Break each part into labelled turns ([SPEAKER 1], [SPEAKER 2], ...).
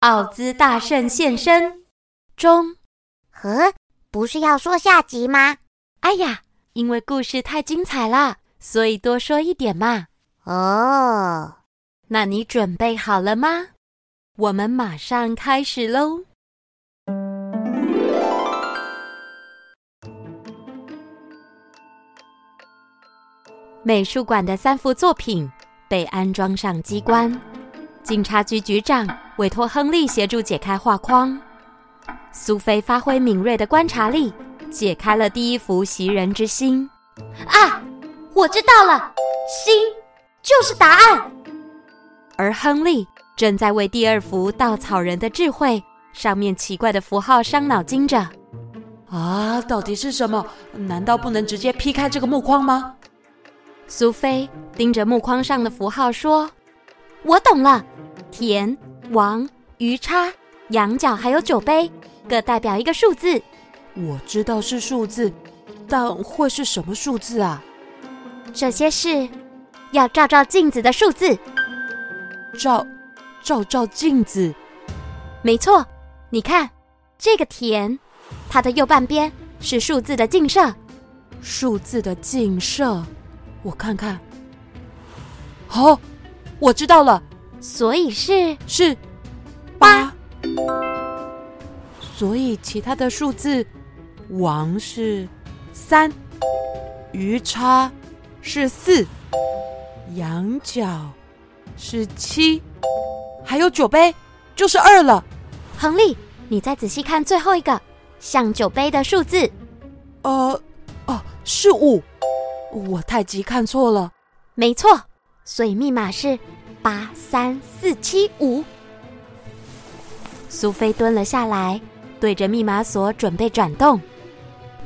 [SPEAKER 1] 奥兹大圣现身中，
[SPEAKER 2] 呵，不是要说下集吗？
[SPEAKER 1] 哎呀，因为故事太精彩啦，所以多说一点嘛。
[SPEAKER 2] 哦，
[SPEAKER 1] 那你准备好了吗？我们马上开始喽。美术馆的三幅作品被安装上机关，警察局局长。委托亨利协助解开画框，苏菲发挥敏锐的观察力，解开了第一幅袭人之心。
[SPEAKER 3] 啊，我知道了，心就是答案。
[SPEAKER 1] 而亨利正在为第二幅稻草人的智慧上面奇怪的符号伤脑筋着。
[SPEAKER 4] 啊，到底是什么？难道不能直接劈开这个木框吗？
[SPEAKER 1] 苏菲盯着木框上的符号说：“我懂了，田。”王、鱼叉、羊角还有酒杯，各代表一个数字。
[SPEAKER 4] 我知道是数字，但会是什么数字啊？
[SPEAKER 3] 这些是要照照镜子的数字。
[SPEAKER 4] 照，照照镜子。
[SPEAKER 3] 没错，你看这个田，它的右半边是数字的镜射。
[SPEAKER 4] 数字的镜射，我看看。哦，我知道了。
[SPEAKER 3] 所以是
[SPEAKER 4] 是八，所以其他的数字，王是三，鱼叉是四，羊角是七，还有酒杯就是二了。
[SPEAKER 3] 亨利，你再仔细看最后一个，像酒杯的数字，
[SPEAKER 4] 呃，哦、啊，是五，我太急看错了。
[SPEAKER 3] 没错，所以密码是。八三四七五，
[SPEAKER 1] 苏菲蹲了下来，对着密码锁准备转动。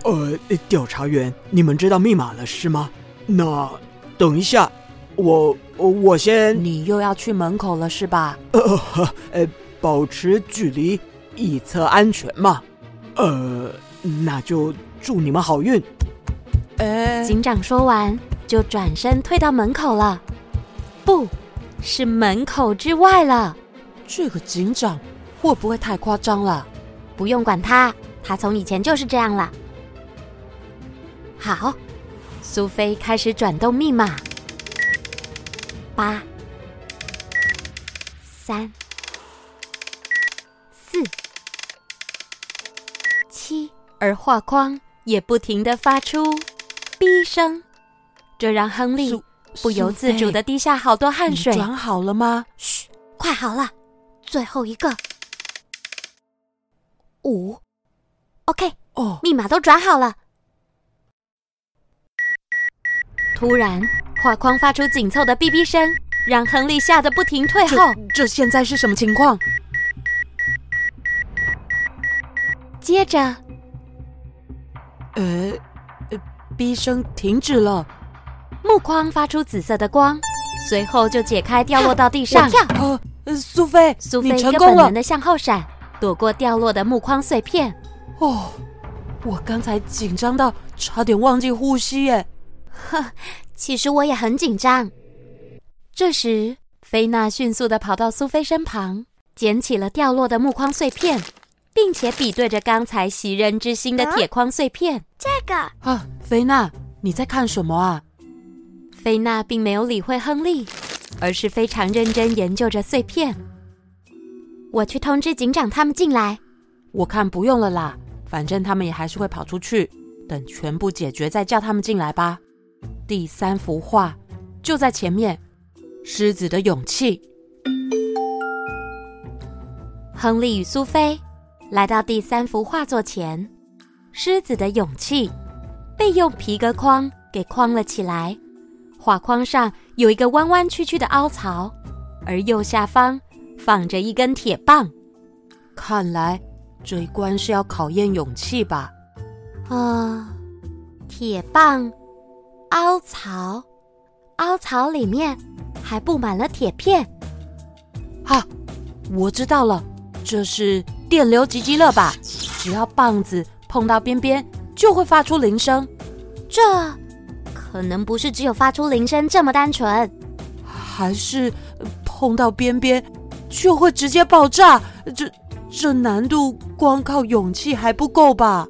[SPEAKER 5] 呃，调查员，你们知道密码了是吗？那等一下，我我先……
[SPEAKER 4] 你又要去门口了是吧？
[SPEAKER 5] 呃，呃，保持距离，以测安全嘛。呃，那就祝你们好运。
[SPEAKER 4] 哎，
[SPEAKER 1] 警长说完就转身退到门口了。不。是门口之外了，
[SPEAKER 4] 这个警长会不会太夸张了？
[SPEAKER 3] 不用管他，他从以前就是这样了。好，
[SPEAKER 1] 苏菲开始转动密码，
[SPEAKER 3] 八、三、四、七，
[SPEAKER 1] 而画框也不停的发出“哔”声，这让亨利。不由自主的滴下好多汗水。
[SPEAKER 4] 转好了吗？
[SPEAKER 3] 嘘，快好了，最后一个五。OK，
[SPEAKER 4] 哦，
[SPEAKER 3] 密码都转好了。
[SPEAKER 1] 突然，画框发出紧凑的哔哔声，让亨利吓得不停退后。
[SPEAKER 4] 这现在是什么情况？
[SPEAKER 3] 接着，
[SPEAKER 4] 呃，哔声停止了。
[SPEAKER 1] 木框发出紫色的光，随后就解开，掉落到地上。
[SPEAKER 3] 跳！
[SPEAKER 4] 呃，苏菲，
[SPEAKER 1] 苏
[SPEAKER 4] 菲
[SPEAKER 1] 根本能的向后闪，躲过掉落的木框碎片。
[SPEAKER 4] 哦，我刚才紧张到差点忘记呼吸耶。
[SPEAKER 3] 呵，其实我也很紧张。
[SPEAKER 1] 这时，菲娜迅速的跑到苏菲身旁，捡起了掉落的木框碎片，并且比对着刚才袭人之心的铁框碎片。啊、
[SPEAKER 6] 这个
[SPEAKER 4] 啊，菲娜，你在看什么啊？
[SPEAKER 1] 菲娜并没有理会亨利，而是非常认真研究着碎片。
[SPEAKER 3] 我去通知警长他们进来。
[SPEAKER 4] 我看不用了啦，反正他们也还是会跑出去。等全部解决再叫他们进来吧。第三幅画就在前面，《狮子的勇气》。
[SPEAKER 1] 亨利与苏菲来到第三幅画作前，《狮子的勇气》被用皮革框给框了起来。画框上有一个弯弯曲曲的凹槽，而右下方放着一根铁棒。
[SPEAKER 4] 看来这一关是要考验勇气吧？
[SPEAKER 3] 啊，铁棒，凹槽，凹槽里面还布满了铁片。
[SPEAKER 4] 哈、啊，我知道了，这是电流极极乐吧？只要棒子碰到边边，就会发出铃声。
[SPEAKER 3] 这可能不是只有发出铃声这么单纯，
[SPEAKER 4] 还是碰到边边就会直接爆炸？这这难度光靠勇气还不够吧？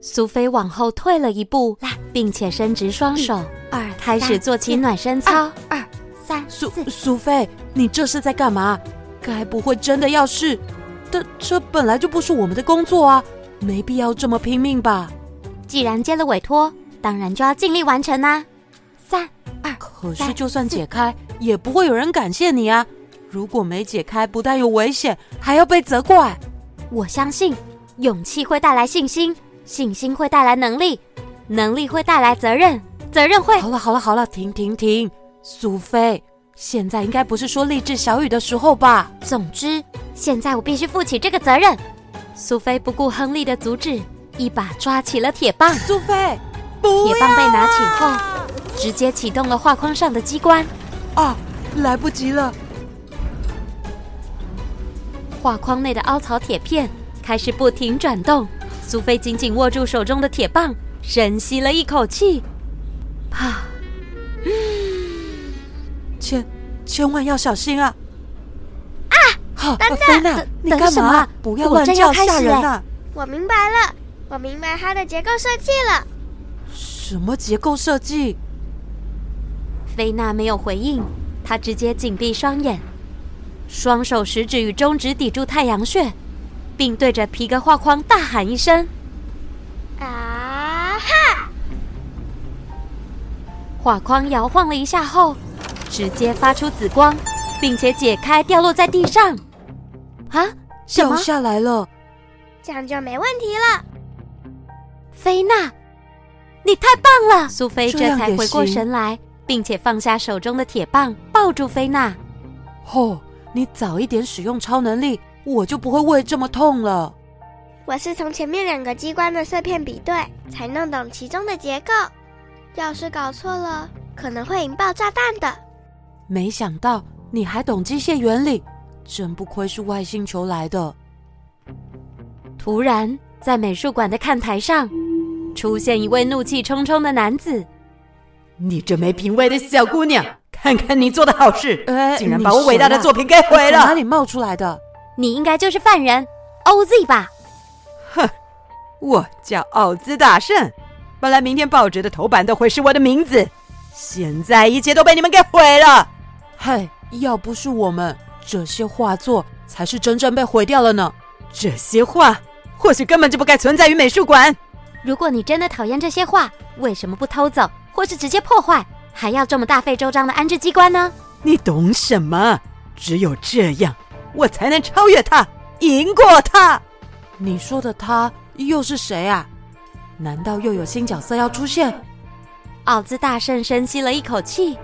[SPEAKER 1] 苏菲往后退了一步，并且伸直双手，
[SPEAKER 4] 嗯
[SPEAKER 3] 二
[SPEAKER 1] 开始做起暖身操。
[SPEAKER 3] 二三
[SPEAKER 4] 苏
[SPEAKER 3] 四，
[SPEAKER 4] 苏菲，你这是在干嘛？该不会真的要试？这这本来就不是我们的工作啊，没必要这么拼命吧？
[SPEAKER 3] 既然接了委托，当然就要尽力完成啦、啊三二，
[SPEAKER 4] 可是
[SPEAKER 3] 三
[SPEAKER 4] 就算解开，也不会有人感谢你啊！如果没解开，不但有危险，还要被责怪。
[SPEAKER 3] 我相信勇气会带来信心，信心会带来能力，能力会带来责任，责任会
[SPEAKER 1] 哎
[SPEAKER 4] 好了好了好了，停停停，苏菲，现在应该不是说励志小雨的时候吧？
[SPEAKER 3] 总之，现在我必须负起这个责任。
[SPEAKER 1] 苏菲不顾亨利的阻止，一把抓起了铁棒。
[SPEAKER 4] 苏菲，
[SPEAKER 1] 铁棒被拿起后，直接启动了画框上的机关。
[SPEAKER 4] 啊，来不及了！
[SPEAKER 1] 画框内的凹槽铁片开始不停转动。苏菲紧紧握住手中的铁棒，深吸了一口气，啊啪！
[SPEAKER 4] 千千万要小心啊！啊，等等，娜，你
[SPEAKER 3] 等
[SPEAKER 4] 干
[SPEAKER 3] 什
[SPEAKER 4] 嘛啊
[SPEAKER 3] 么？
[SPEAKER 4] 不要
[SPEAKER 3] 我
[SPEAKER 4] 乱
[SPEAKER 3] 正要
[SPEAKER 4] 叫，
[SPEAKER 3] 开
[SPEAKER 4] 吓
[SPEAKER 3] 始
[SPEAKER 4] 人
[SPEAKER 3] 哎
[SPEAKER 4] 啊！
[SPEAKER 6] 我明白了，我明白它的结构设计了。
[SPEAKER 4] 什么结构设计？
[SPEAKER 1] 菲娜没有回应，她直接紧闭双眼，双手食指与中指抵住太阳穴，并对着皮革画框大喊一声。
[SPEAKER 6] 啊哈！
[SPEAKER 1] 画框摇晃了一下后，直接发出紫光，并且解开，掉落在地上。
[SPEAKER 3] 啊！什
[SPEAKER 4] 掉
[SPEAKER 3] 么？
[SPEAKER 4] 下来了！
[SPEAKER 6] 这样就没问题了。
[SPEAKER 3] 菲娜，你太棒了！
[SPEAKER 1] 苏菲这
[SPEAKER 4] 这样
[SPEAKER 1] 才
[SPEAKER 4] 也
[SPEAKER 1] 回过
[SPEAKER 4] 行
[SPEAKER 1] 神来，并且放下手中的铁棒，抱住菲娜。
[SPEAKER 4] 哦，你早一点使用超能力，我就不会胃这么痛了。
[SPEAKER 6] 我是从前面两个机关的碎片比对，才弄懂其中的结构。要是搞错了，可能会引爆炸弹的。
[SPEAKER 4] 没想到你还懂机械原理，真不愧是外星球来的。
[SPEAKER 1] 突然，在美术馆的看台上，出现一位怒气冲冲的男子。
[SPEAKER 7] 你这没品位的小姑娘，看看你做的好事
[SPEAKER 3] 呃
[SPEAKER 4] 哎，
[SPEAKER 7] 竟然
[SPEAKER 4] 你
[SPEAKER 7] 把我伟大的
[SPEAKER 4] 谁啊
[SPEAKER 7] 作品给毁
[SPEAKER 4] 从哪
[SPEAKER 7] 了！
[SPEAKER 4] 里冒出来的？
[SPEAKER 3] 你应该就是犯人 OZ 吧？
[SPEAKER 7] 我叫奥兹大圣，本来明天报纸的头版都会是我的名字，现在一切都被你们给毁了。
[SPEAKER 4] 嘿，要不是我们，这些画作才是真正被毁掉了呢。
[SPEAKER 7] 这些话或许根本就不该存在于美术馆。
[SPEAKER 3] 如果你真的讨厌这些画，为什么不偷走，或是直接破坏，还要这么大费周章的安置机关呢？
[SPEAKER 7] 你懂什么？只有这样，我才能超越他，赢过他。
[SPEAKER 4] 你说的他又是谁啊？难道又有新角色要出现？
[SPEAKER 1] 奥兹大圣深吸了一口 气，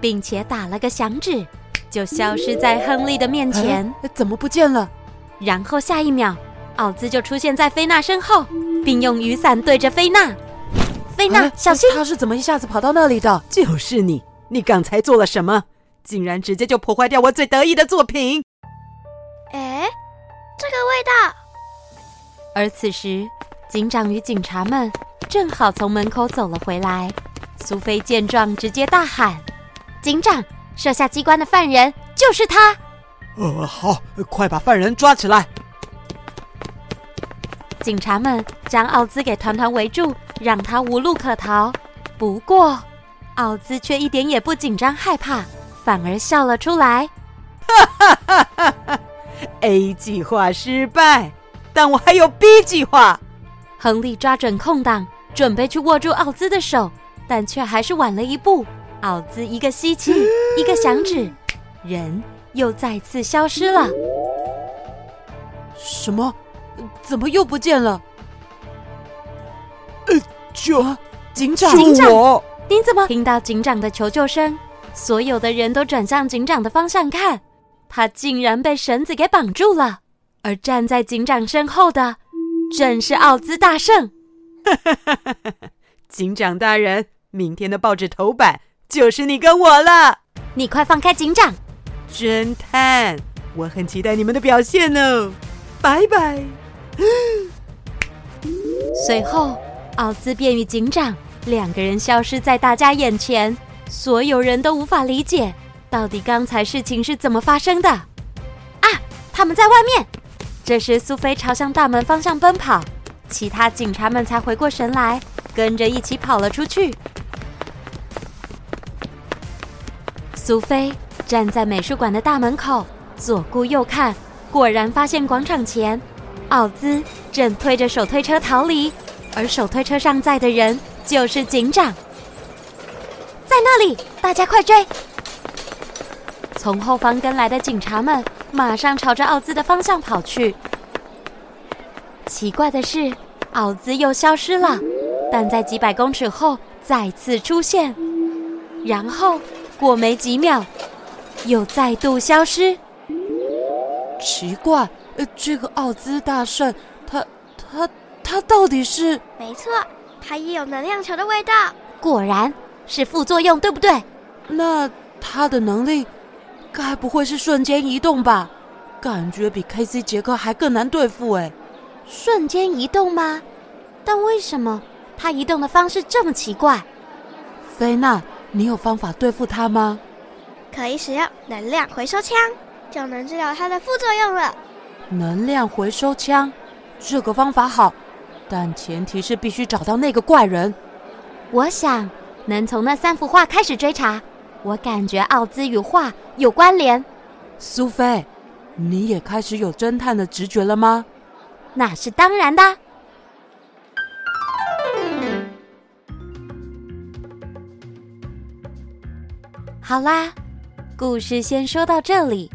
[SPEAKER 1] 并且打了个响指，就消失在亨利的面前。
[SPEAKER 4] 哎怎么不见了？
[SPEAKER 1] 然后下一秒，奥兹就出现在菲娜身后，并用雨伞对着菲娜。
[SPEAKER 3] 菲娜
[SPEAKER 4] 嗯哎，
[SPEAKER 3] 小心！
[SPEAKER 4] 他是怎么一下子跑到那里的？
[SPEAKER 7] 就是你，你刚才做了什么？竟然直接就破坏掉我最得意的作品！
[SPEAKER 6] 哎，这个味道，
[SPEAKER 1] 而此时，警长与警察们正好从门口走了回来。苏菲见状，直接大喊
[SPEAKER 3] 警长，设下机关的犯人就是他！
[SPEAKER 5] 呃，好，快把犯人抓起来！：“
[SPEAKER 1] 警察们将奥兹给团团围住，让他无路可逃。”不过，奥兹却一点也不紧张害怕，反而笑了出来。
[SPEAKER 7] A 计划失败，但我还有 B 计划。
[SPEAKER 1] 亨利抓准空档，准备去握住奥兹的手，但却还是晚了一步。奥兹一个吸气，一个响指，人又再次消失了。
[SPEAKER 4] 什么？怎么又不见了？
[SPEAKER 5] 就
[SPEAKER 7] 啊
[SPEAKER 4] 警长，
[SPEAKER 5] 就我，
[SPEAKER 1] 您怎么听到警长的求救声？所有的人都转向警长的方向看，他竟然被绳子给绑住了，而站在警长身后的正是奥兹大圣。
[SPEAKER 7] 警长大人，明天的报纸头版就是你跟我了。
[SPEAKER 1] 你快放开警长！
[SPEAKER 7] 侦探，我很期待你们的表现哦。拜拜。
[SPEAKER 1] 随后，奥兹便与警长两个人消失在大家眼前，所有人都无法理解到底刚才事情是怎么发生的。啊，他们在外面！这时，苏菲朝向大门方向奔跑，其他警察们才回过神来，跟着一起跑了出去。苏菲站在美术馆的大门口，左顾右看，果然发现广场前，奥兹正推着手推车逃离，而手推车上载的人就是警长。
[SPEAKER 3] 在那里，大家快追！
[SPEAKER 1] 从后方跟来的警察们马上朝着奥兹的方向跑去。奇怪的是，奥兹又消失了，但在几百公尺后再次出现，然后。过没几秒，又再度消失。
[SPEAKER 4] 奇怪，呃，这个奥兹大圣，他他他到底是？
[SPEAKER 6] 没错，它也有能量球的味道。
[SPEAKER 3] 果然是副作用，对不对？
[SPEAKER 4] 那他的能力，该不会是瞬间移动吧？感觉比 K C 杰克还更难对付哎。
[SPEAKER 3] 瞬间移动吗？但为什么他移动的方式这么奇怪？
[SPEAKER 4] 菲娜。你有方法对付它吗？
[SPEAKER 6] 可以使用能量回收枪，就能治疗它的副作用了。
[SPEAKER 4] 能量回收枪，这个方法好，但前提是必须找到那个怪人。
[SPEAKER 3] 我想能从那三幅画开始追查，我感觉奥兹与画有关联。
[SPEAKER 4] 苏菲，你也开始有侦探的直觉了吗？
[SPEAKER 3] 那是当然的。
[SPEAKER 1] 好啦，故事先说到这里。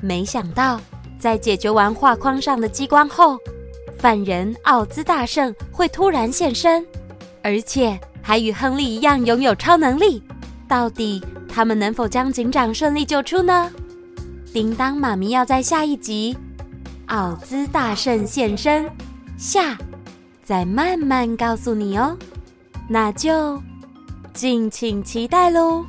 [SPEAKER 1] 没想到，在解决完画框上的激光后，犯人奥兹大圣会突然现身，而且还与亨利一样拥有超能力。到底他们能否将警长顺利救出呢？叮当妈咪要在下一集《奥兹大圣现身》下再慢慢告诉你哦，那就敬请期待喽。